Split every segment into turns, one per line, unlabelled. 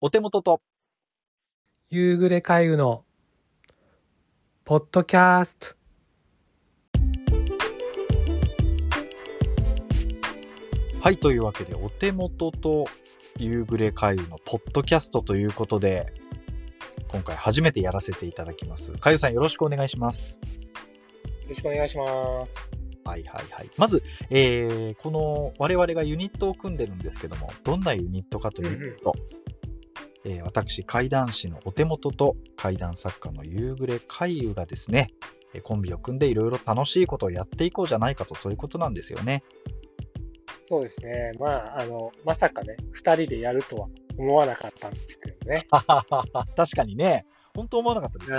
お手元と
夕暮れ海運のポッドキャスト
はいというわけでお手元と夕暮れ海運のポッドキャストということで今回初めてやらせていただきます海運さんよろしくお願いします
よろしくお願いします。
はいはいはい。まず、えーこの我々がユニットを組んでるんですけども、どんなユニットかというと、えー私、怪談師のお手元と怪談作家の夕暮れ海優がですね、えーコンビを組んでいろいろ楽しいことをやっていこうじゃないかと、そういうことなんですよね。
そうですね。まあ、あの、まさかね、二人でやるとは思わなかったんですけどね。
はははは 確かにね、本当思わなかったですよ。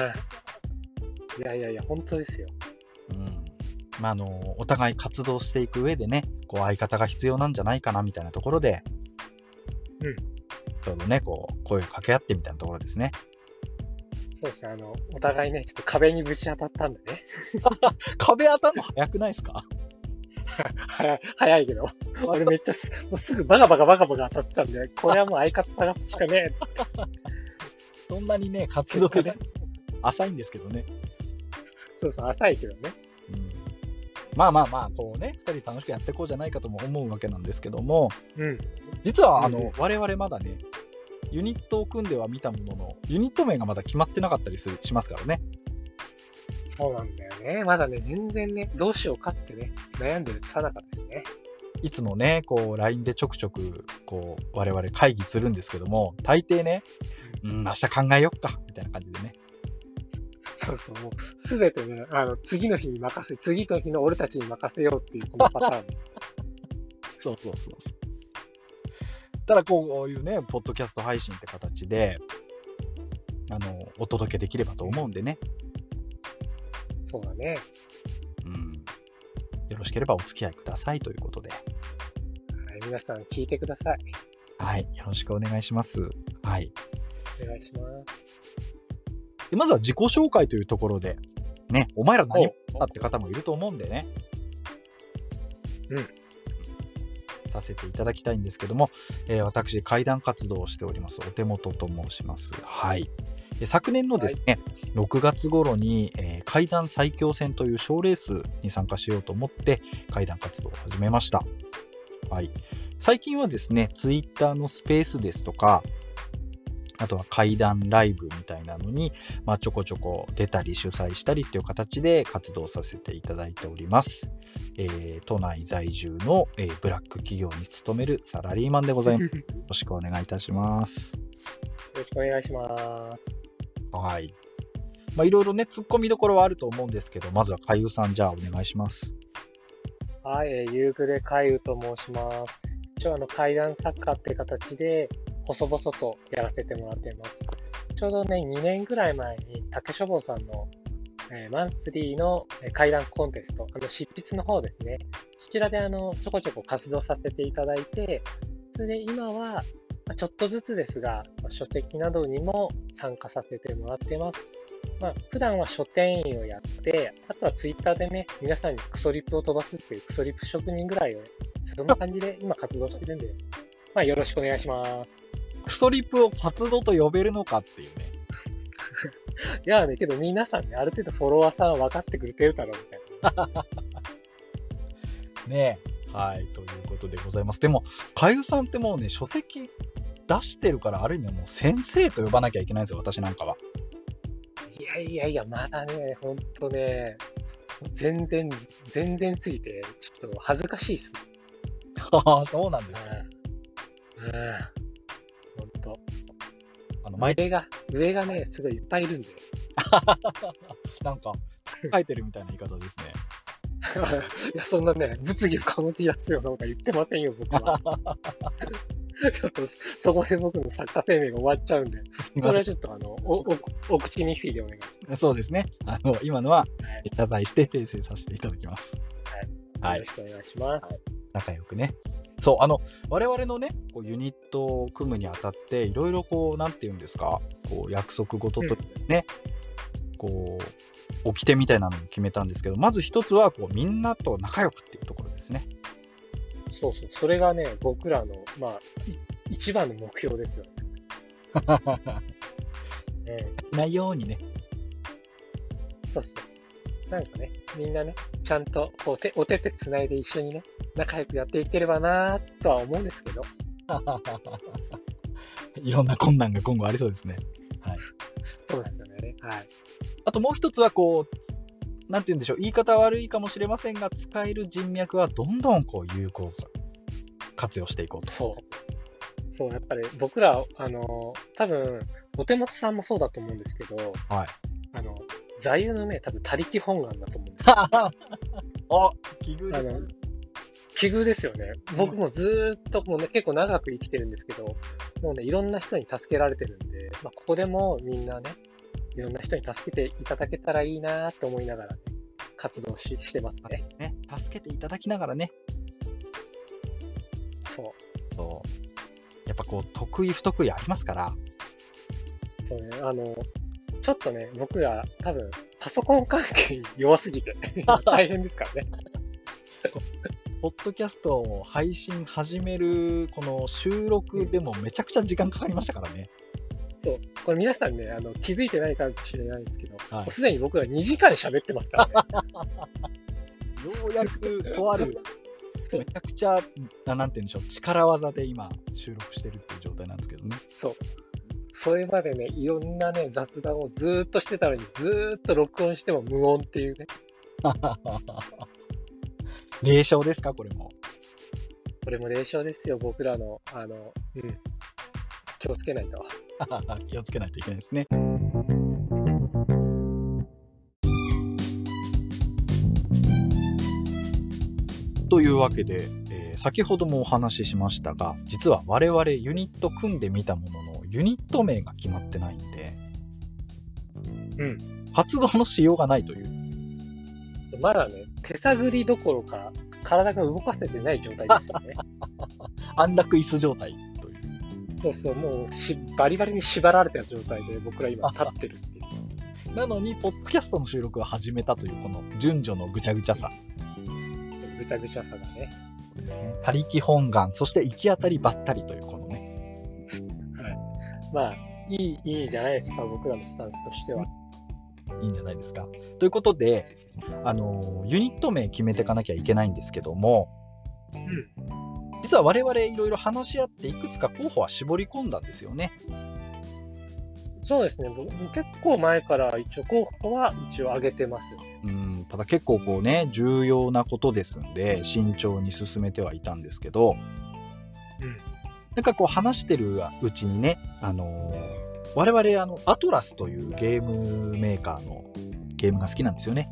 いやいやいや、本当ですよ。
うん。まあ、あの、お互い活動していく上でね、こう、相方が必要なんじゃないかなみたいなところで、
うん
ちょうどね、こう、声を掛け合ってみたいなところですね。
そうですね。あの、お互いね、ちょっと壁にぶち当たったんでね。
壁当たるの早くないですか
は早いけど。俺めっちゃす、もうすぐバカバカバカバカ当たってたんで、これはもう相方探すしかねえ。
そんなにね、活動 がね、浅いんですけどね。
そうそう、浅いけどね。
うん、まあまあまあ、こうね、二人楽しくやっていこうじゃないかとも思うわけなんですけども、
うん。
実は、あの、
うんうん
我々まだね、ユニットを組んでは見たものの、ユニット名がまだ決まってなかったりするしますからね。
そうなんだよね。まだね、全然ね、どうしようかってね、悩んでるさなかですね。
いつもね、こう、LINE でちょくちょく、こう、我々会議するんですけども、大抵ね、うん、明日考えよっか、みたいな感じでね。
そうそう、もう、すべてね、あの、次の日に任せ、次の日の俺たちに任せようっていう、このパタ ーン。
そうそうそうそう。ただこういうね、ポッドキャスト配信って形で、あの、お届けできればと思うんでね、
そうだね。
うん。よろしければお付き合いくださいということで、
はい、皆さん聞いてください。
はい、よろしくお願いします。はい。
お願いします。
でまずは自己紹介というところで、ね、お前ら何者だって方もいると思うんでね。
うん。
させていただきたいんですけども、えー私、会談活動をしております、お手元と申します。はい。え昨年のですね、6月頃に、えー、階段最強戦という賞レースに参加しようと思って、会談活動を始めました。はい。最近はですね、ツイッターのスペースですとか、あとは階段ライブみたいなのに、まあ、ちょこちょこ出たり主催したりっていう形で活動させていただいております。えー都内在住の、えーブラック企業に勤めるサラリーマンでご ざいます。よ
よ
ろしくお願いいたします。
ろしくお願いします。
はい。まあ、いろいろね、突っ込みどころはあると思うんですけど、まずは海優さん、じゃあお願いします。
はい、えー夕暮れ海遊と申します。一応、あの、怪談作家って形で、細々とやらせてもらっています。ちょうどね、2年ぐらい前に、竹書房さんの、えーマンスリーのえー怪談コンテスト、あの、執筆の方ですね。そちらで、あの、ちょこちょこ活動させていただいて、それで今は、まあちょっとずつですが、まあ書籍などにも参加させてもらってます。まあ、普段は書店員をやって、あとはツイッターでね、皆さんにクソリップを飛ばすっていうクソリップ職人ぐらいを、そんな感じで今活動してるんで、まあよろしくお願いします。
クソリップを活動と呼べるのかっていうね。
いやーね、けど皆さんね、ある程度フォロワーさんは分かってくれてるだろうみたい
ねえはい、ということでございます。でも、海優さんってもうね、書籍出してるから、ある意味もう先生と呼ばなきゃいけないんですよ、私なんかは。
な。いやいやいや、まだね、ほんとね、全然、全然すぎて、ちょっと恥ずかしいっす。
ああ、そうなんです。
うん。うん。ほんと。
あの、毎日
上が、上がね、すごいいっぱいいるんで。
なんか、書いてるみたいな言い方ですね。
いや、そんなね、物議を醸し出すようなことは言ってませんよ、僕は。ちょっと、そこで僕の作家生命が終わっちゃうんで、
すいま
それ
せ
はちょっと、あの、お、お、お口にフィーでお願いします。
んそうですね。あの、今のは
はい、
謝罪して訂正させていただきます。はい
よろしくお願いします。
仲良くね。そう、あの、我々のね、こうユニットを組むにあたって、いろいろこう、なんて言うんですか、こう、約束事とね、こう、掟みたいなのを決めたんですけど、まず一つは、こう、みんなと仲良くっていうところですね。
そうそう、それがね、僕らの、まあ、い一番の目標ですよ。ね、
ないようにね。
そうそうそう。なんかね、みんなね、ちゃんとこう手お手手つないで一緒にね、仲良くやっていければなーとは思うんですけど、
いろんな困難が今後ありそうですね。
そうですよね。はい。
あともう一つはこう、なんて言うんでしょう、言い方悪いかもしれませんが、使える人脈はどんどんこう有効活用していこうと。
そう。そう、やっぱり僕ら、あの、多分、お手持ちさんもそうだと思うんですけど、
はい。
あの、座右の銘、多分、他力本願だと思うんですよ。
あ、奇遇
あ
です
の
ね。、
奇遇ですよね。僕もずーっと、もうね、結構長く生きてるんですけど、もうね、いろんな人に助けられてるんで、まあ、ここでもみんなね、いろんな人に助けていただけたらいいなーと思いながら、ね、活動ししてますね。
ね、助けていただきながらね、
そ
そうやっぱこう、得意不得意ありますから、
う。そうね。あの、ちょっとね、僕ら、多分、パソコン関係に弱 すぎて、大変ですからね。
ポッドキャストを配信始める、この収録でもめちゃくちゃ時間かかりましたからね。
そう。これ皆さんね、あの、気づいてないかもしれないですけど、
はい
もうすでに僕ら2時間喋ってます からね。
ようやくとある、
そう
めちゃくちゃ、あなんて言うんでしょう、力技で今、収録してるっていう状態なんですけどね。
そう。それまでね、いろんなね、雑談をずーっとしてたのに、ずーっと録音しても無音っていうね、
霊障ですか、これも。
これも霊障ですよ、僕らの、あの、うん、気をつけないと。
気をつけないといけないですね。というわけで、えー先ほどもお話ししましたが実は我々ユニット組んでみたもののユニット名が決まってないんで
うん。
活動のしようがないという
まだね、手探りどころか、体が動かせてない状態ですよ ね。
安楽椅子状態という
そうそう、もうし、バリバリに縛られた状態で、僕ら今立ってるっていう。
なのにポッドキャストの収録を始めたというこの順序のぐちゃぐちゃさ
ぐちゃぐちゃさがね。
ですね他力本願そして行き当たりばったりというこのね
まあ、いい、いいじゃないですか、僕らのスタンスとしては。
いいんじゃないですか。ということで、あのユニット名決めていかなきゃいけないんですけども、
ん
実は我々いろいろ話し合っていくつか候補は絞り込んだんですよね。
そうですね、僕結構前から一応候補は一応上げてます。
うんただ結構こうね重要なことですんで慎重に進めてはいたんですけど、
うん
なんかこう話してるうちにね、あの我々あのアトラスというゲームメーカーのゲームが好きなんですよね。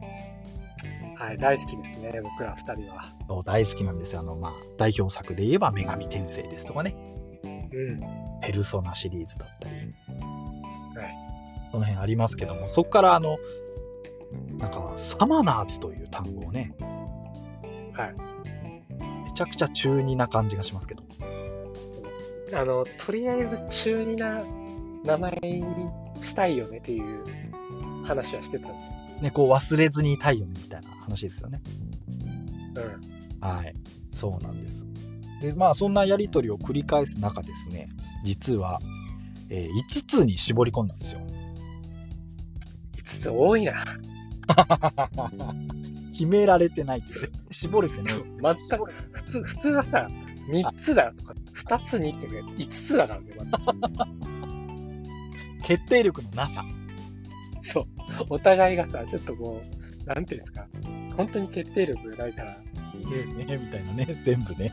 はい、大好きですね、僕ら二人は。
大好きなんですよあの、まあ、代表作で言えば「女神転生」ですとかね
うん。
ペルソナシリーズだったり、
はい
その辺ありますけどもそこからあのなんかサマナーズという単語をね
はい。
めちゃくちゃ中二な感じがしますけど
あの、とりあえず中二な名前にしたいよねっていう話はしてたん
ねこう忘れずにいたいよねみたいな話ですよね
で。うん。
はいそうなんですでまあそんなやり取りを繰り返す中ですね実は、え5つに絞り込んだんですよ
5つ多いな。
決められてない って絶対絞れてない
全く、普通、普通はさ、3つだとか、2つにってね、5つだからね、また
決定力のなさ
そう。お互いがさ、ちょっとこう、なんていうんですか、本当に決定力がないから、
いいですねみたいなね全部ね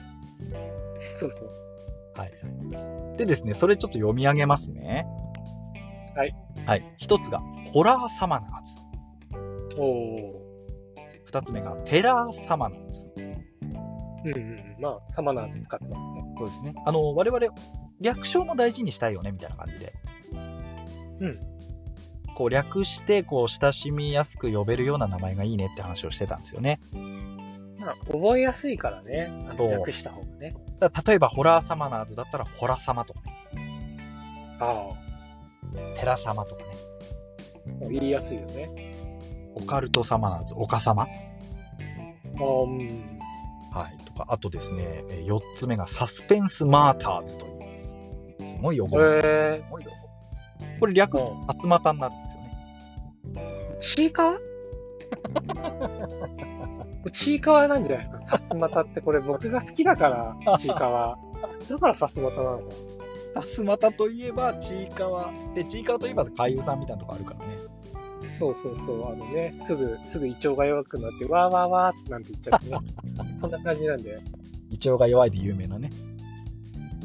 そうそう。
はいはい。でですね、それちょっと読み上げますね。
はい。
はい。一つが、ホラーサマナーズ。
お
二つ目が、テラーサマナーズ。
ー。うんうんうん。まあ、サマナーで使ってますね。
そうですね。あの、我々、略称も大事にしたいよね、みたいな感じで。
うん。
こう、略して、こう、親しみやすく呼べるような名前がいいねって話をしてたんですよね。
まあ、覚えやすいからね、あ
そ
の
う
略した方がね。
だから例えば、ホラーサマナーズだったら、ホラ様とかね、
あ
テラ様とかね、
あ、言いやすいよね。
オカルトサマナーズ、オカ様。
ああ、うん。
はい。とか、あとですね、4つ目が、サスペンスマーターズという。ですね。も
へ
横も
え
横も横これ略すと竜股になるんですよね。
ちいか わちいかわなんじゃないですかさすまたってこれ僕が好きだから、ちいか わ。だからさすまたなのか。
竜股といえばちいかわでちいかわといえば海遊さんみたいなとこあるからね。
そうそうそう、あのね、すぐ、すぐ胃腸が弱くなって、わーわーわーなんて言っちゃって ね。そんな感じなんで、
胃腸が弱いで有名なね。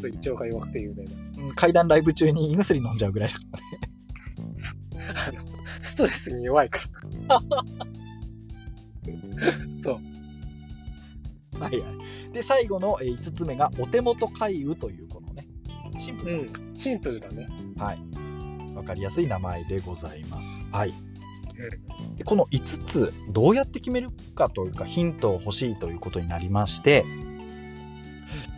胃腸が弱くて有名な。
うん階段ライブ中に胃薬飲んじゃうぐらいだからね。
あの、ストレスに弱いから。そ う。
はいはい。で、最後の5つ目が、お手元回遊という、このね、シンプ
う
ル
ん、シンプルだね。
な分かりやすい名前でございます。はい。
う
でこの5つ、どうやって決めるかというか、ヒントを欲しいということになりまして、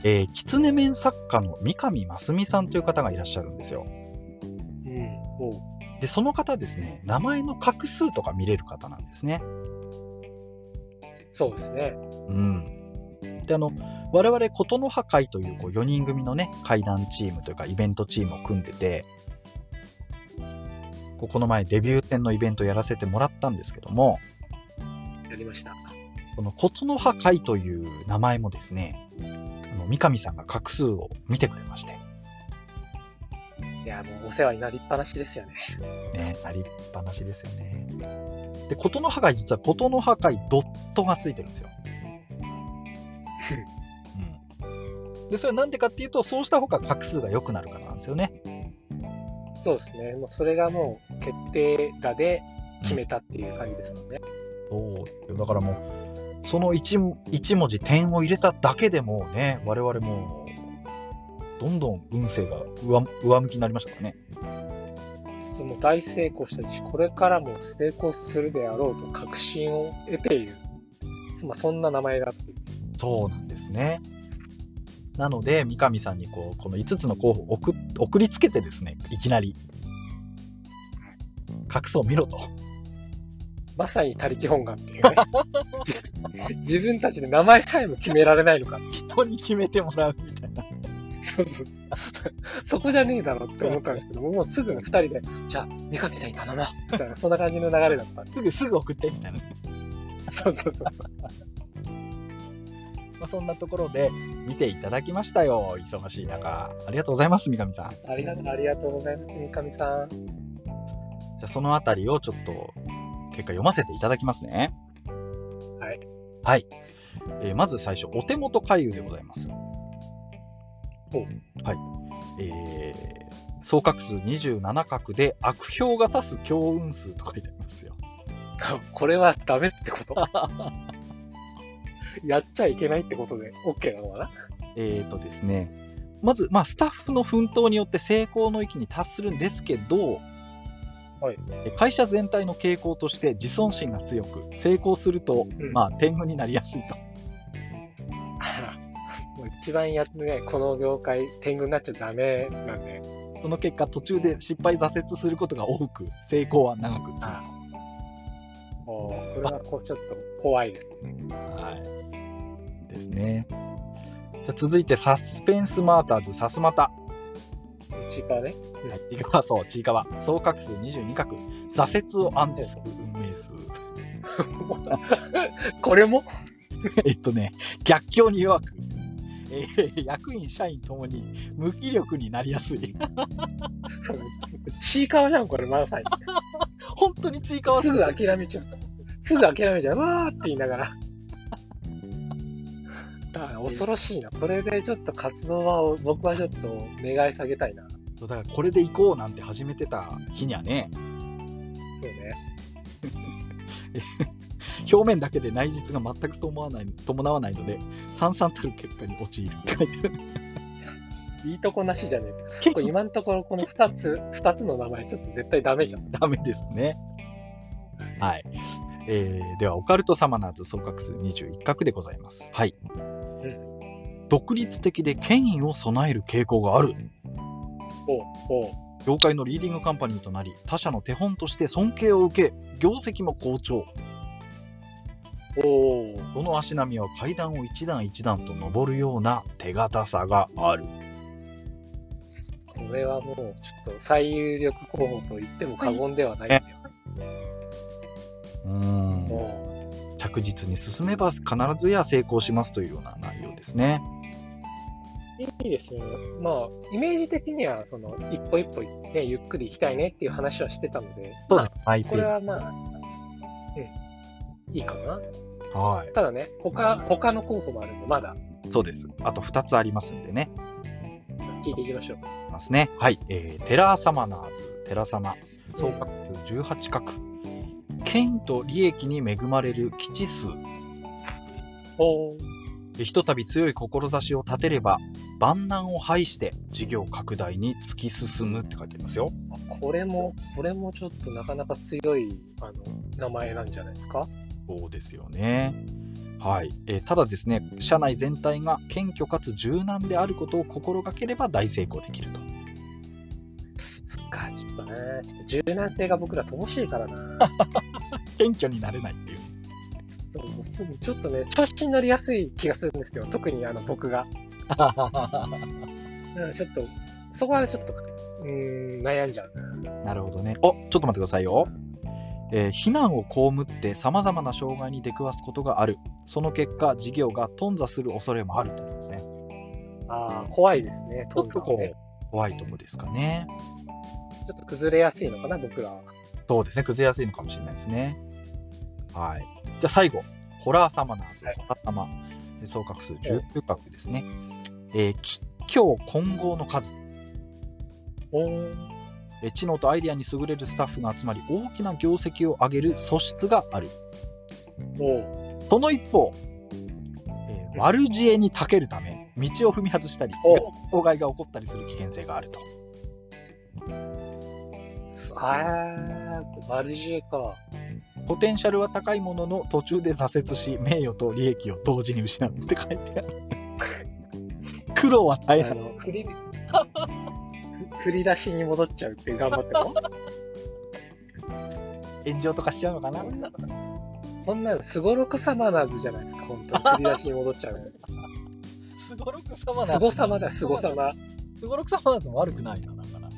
えー、キツネ面作家の三上真澄さんという方がいらっしゃるんですよ。
ん。うん。おう
で、その方ですね、名前の画数とか見れる方なんですね。
そうですね。
うん。であの我々琴の葉会というこう4人組のね会談チームというかイベントチームを組んでてこうこの前デビュー戦のイベントやらせてもらったんですけども
やりました。
この琴の葉会という名前もですねあの三上さんが画数を見てくれまして
いや、もうお世話になりっぱなしですよね。
ねなりっぱなしですよね。で琴の葉会実は琴の葉会ドットがついてるんですよ。うん、でそれはなんでかっていうとそうした方が画数が良くなるからなんですよね。
そうですね。もうそれがもう決定打で決めたっていう感じですもんね。
そうだからもうその 1, 一文字点を入れただけでもうね我々もうどんどん運勢が上上向きになりましたからね
もう大成功したし、これからも成功するであろうと確信を得ている。まあ、そんな名前だっていう。
そうなんですねなので三上さんにこうこの5つの候補を送っ送りつけてですねいきなり隠そう見ろと
まさに他力本願っていうね。自分たちで名前さえも決められないのか。
人に決めてもらうみたいな
そうそう。そこじゃねえだろって思ったんですけど、もうすぐ二人で、じゃあ、三上さんに頼もうみたいな、そんな感じの流れだったんです
ぐすぐ送ってみたいな、
す。そうそうそうそ
まあ、そんなところで見ていただきましたよ忙しい中ありがとうございます三上さん
う。ありがとう、ありがとうございます、三上さん。
じゃあそのあたりをちょっと結果読ませていただきますね。
はい。
はい。えーまず最初、お手元回遊でございます。
ほう
はい。えー総画数27画で悪評が足す強運数と書いてありますよ。
これはダメってこと やっちゃいけないってことで OK なのかな
えーとですね、まず、まあ、スタッフの奮闘によって成功の域に達するんですけど、
はい
え会社全体の傾向として自尊心が強く成功すると、
うん
まあ、天狗になりやすいと。
もう一番やってね、この業界、天狗になっちゃダメなんで。
その結果途中で失敗挫折することが多く成功は長く続く、
あもうこれはこうちょっと怖いですね。
はい、ですねじゃあ続いてサスペンスマーターズサスマタ
チーパーね。
ちいかわそうちいかわ総画数22画挫折を暗示する運命数
これも
えっとね逆境に弱く、えー役員社員ともに無気力になりやすい
そうチーカーじゃん、これ、まさに。
本当にちいかわ
すぐ諦めちゃう。すぐ諦めちゃう。わーって言いながら。だから恐ろしいな。これでちょっと活動は、僕はちょっと願い下げたいな。
そうだからこれで行こうなんて始めてた日にはね
そうね。
表面だけで内実が全く伴わない伴わないので散々たる結果に陥る って書いてある
いいとこなしじゃねえ
結構
か。今のところこの2つ、二つの名前ちょっと絶対ダメじゃん。
ダメですね。はい。えーでは、オカルトサマナーズ総画数21画でございます。はい。独立的で権威を備える傾向がある。
おうおう
業界のリーディングカンパニーとなり、他社の手本として尊敬を受け、業績も好調。
おう
その足並みは階段を一段一段と登るような手堅さがある。
これはもう、ちょっと最有力候補と言っても過言ではないんだよ。
うん
も
着実に進めば必ずや成功しますというような内容ですね。
ういいですね。まあ、イメージ的には、その、一歩一歩、ね、ゆっくり行きたいねっていう話はしてたので、
そうです。マイペ
まあこれ
ー
はまあ、うん、いいかな。
ス。は
ただね、他、他の候補もあるんで、まだ
い。そうです。あと2つありますんでね。
聞いていきましょう。
いきますね。はい。えーテラーサマナーズ、テラサマ、総額18画。権威と利益に恵まれる基地数。
おー
ひとたび強い志を立てれば、万難を排して事業拡大に突き進むって書いてありますよ。
これも、これもちょっとなかなか強い、あの、名前なんじゃないですか。
そうですよね。はい、えーただですね、社内全体が謙虚かつ柔軟であることを心がければ大成功できると。
そっか、ちょっとね、ちょっと柔軟性が僕ら乏しいからな。
謙虚になれないっていう。
そうもうすぐちょっとね、調子に乗りやすい気がするんですけど、特にあの僕が。だからちょっと、そこはちょっと、うーん、悩んじゃうな。
なるほどね。おちょっと待ってくださいよ。えー、非難を被ってさまざまな障害に出くわすことがある。その結果、事業が頓挫する恐れもあるってことですね。
ああ、怖いですね、
ちょっと
飛ん
こ
だのね
う、怖いとこですかね。
ちょっと崩れやすいのかな、僕らは。
そうですね、崩れやすいのかもしれないですね。はい。じゃあ最後、ホラーサマナーズ、
はい
ホラーサマ、総画数19画ですね。えー、吉凶混合の数、
おー
えー知能とアイデアに優れるスタッフが集まり、大きな業績を上げる素質がある。
おー
その一方、えー悪知恵に長けるため、道を踏み外したり、
お
障害が起こったりする危険性があると。
あー、マルジェか。
ポテンシャルは高いものの途中で挫折し名誉と利益を同時に失うって書いてある苦労は絶えな
あ
い
の、振り、ふ振り出しに戻っちゃうって頑張っても。
炎上とかしちゃうのかな
こんな、こんなの、すごろくさマナーズじゃないですか、本 当に。振り出しに戻っちゃう。
すごろくさます
ごさまだ、すごさま。
すごろくさまなも悪くないななんかな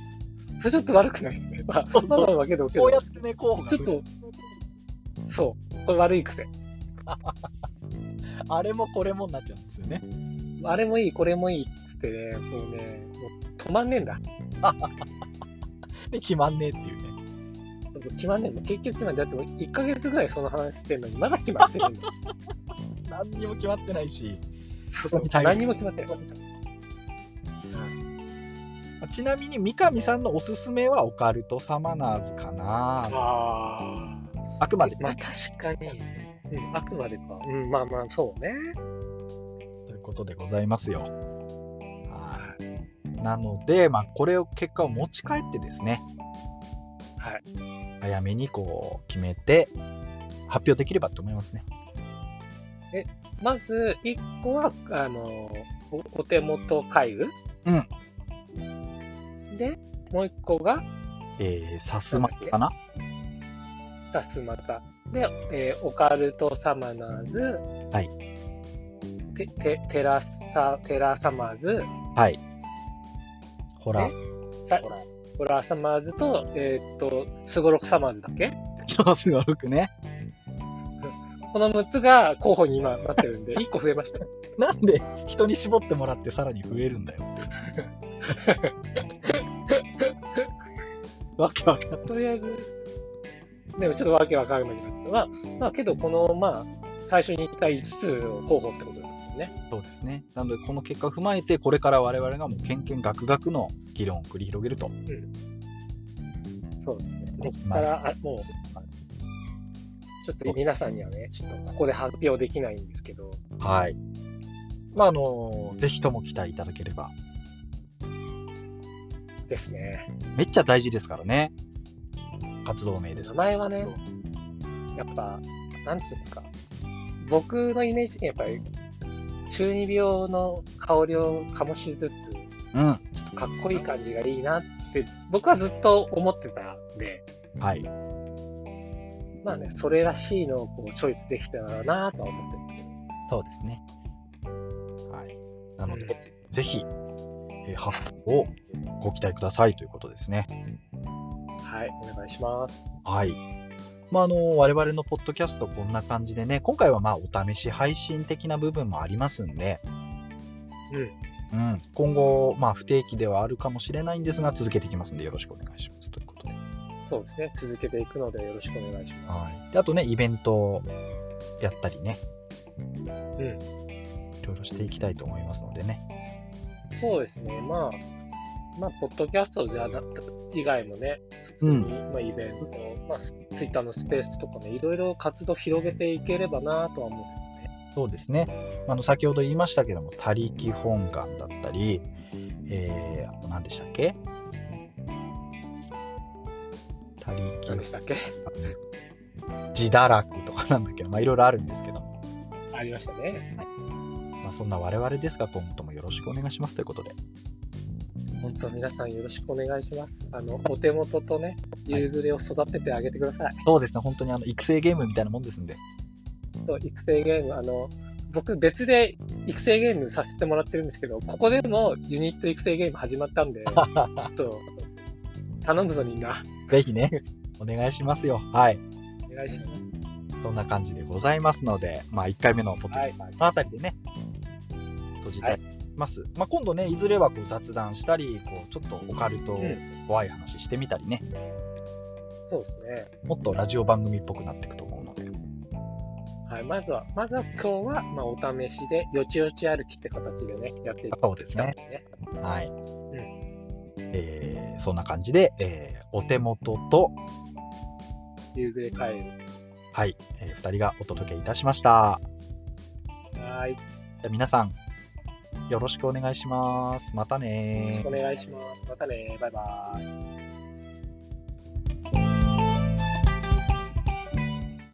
それちょっと悪くないですね。まあ、
そうそう
まあわけどけ
こう
ど
やってね候補が
ちょっと、そう、これ悪い癖。
あれもこれもになっちゃうんですよね
あれもいい、これもいいっつってね、もうね、もう止まんねえんだ。
で決まんねえっていうね
そうそう決まんねえんだ。結局決まんねえんだ。だってもう1ヶ月ぐらいその話してんのに、まだ決まってるん だ。
何にも決まってないし
そうそう
本当に
何にも決まってない。
ちなみに三上さんのおすすめはオカルトサマナーズかな
あ
あくまで
まあ確かに、うん、あくまでか。うん、まあまあ、そうね。
ということでございますよ。はいなので、まあ、これを結果を持ち帰ってですね、
はい、
早めにこう決めて発表できればと思いますね。
まず、1個は、あの、おお手元海運。
うん。
で、もう1個が、
えー、さすまかな。
タスマタ。で、えーオカルトサマナーズ。はいて、て、テラサ、テラサマーズ、
はい。ほら、
さ
ほら、
ホラーサマーズと、えーっと、スゴロクサマーズだっけ
そうすごくね。
この6つが候補に今なってるんで、1個増えました。
なんで人に絞ってもらってさらに増えるんだよって。わけわかんない。
とりあえず、でもちょっとわけわからないけど、まあ、まあけどこの、まあ、最初に言った5つの候補ってことですもんね。
そうですね。なので、この結果を踏まえて、これから我々がもう、けんけんがくがくの議論を繰り広げると。
そうですね。
で
ここから、あもう、ちょっと皆さんにはね、ちょっとここで発表できないんですけど、
はい。まあ、あのぜひとも期待いただければ。
ですね。
めっちゃ大事ですからね。活動名です
名
から。
前はね、やっぱ、なんつうんですか、僕のイメージ的にやっぱり、中二病の香りを醸し
う
つつ、
ん。
ちょっとかっこいい感じがいいなって、僕はずっと思ってたんで、
はい。
まあね、それらしいのをこうチョイスできたらなとは思ってるんですけど。
そうですね。はい。なので、
う
ぜひ、えー発行をご期待くださいということですね。
はい、お願いします。
はい。まあ、あの、我々のポッドキャストこんな感じでね、今回はまあ、お試し配信的な部分もありますんで、
うん。
うん、今後、まあ、不定期ではあるかもしれないんですが、続けていきますんで、よろしくお願いします。ということで。
そうですね。続けていくのでよろしくお願いしま
はい。であとね、イベントをやったりね、
す。うん。
いろいろしていきたいと思いますのでね。
そうですね、まあ、まあ、ポッドキャストじゃな以外もね、普通に、
うん
まあ、イベント、まあ、ツイッターのスペースとかね、いろいろ活動広げていければなとは思うんですね。
そうですね。あの、先ほど言いましたけども、他力本願だったり、えー、何でしたっけ他力
何でしたっけ
自堕落とかなんだけど、まあ、いろいろあるんですけども、
ありましたね。
まあ、そんな我々ですが今後ともよろしくお願いしますということで
本当皆さんよろしくお願いします。あの、お手元とね、
はい
夕暮れを育ててあげてください。
そうですね本当にあの育成ゲームみたいなもんですんで
と育成ゲーム、あの、僕別で育成ゲームさせてもらってるんですけど、ここでもユニット育成ゲーム始まった んで、ちょっと、頼むぞみんな。
ぜひ ねお願いしますよはい
お願いします。
そんな感じでございますのでまあ1回目のポッドキャスト
はい
この辺りでね閉じたいと思います、まあ、今度ねいずれはこう雑談したりこうちょっとオカルト
うん
怖い話してみたりね
そうですね。
もっとラジオ番組っぽくなっていくと思うので
はい、まずは、まずは今日は、まあ、お試しで、よちよち歩きって形でね、やっていき
そうです
たい
ね
ですね。
はい。
ん
えーそんな感じで、えーお手元と、
夕暮れ帰る。
はい、え2人がお届けいたしました。
はい、よ
じゃあ皆さん、よろしくお願いします。またね
ろしくお願いします。またね、バイバイ。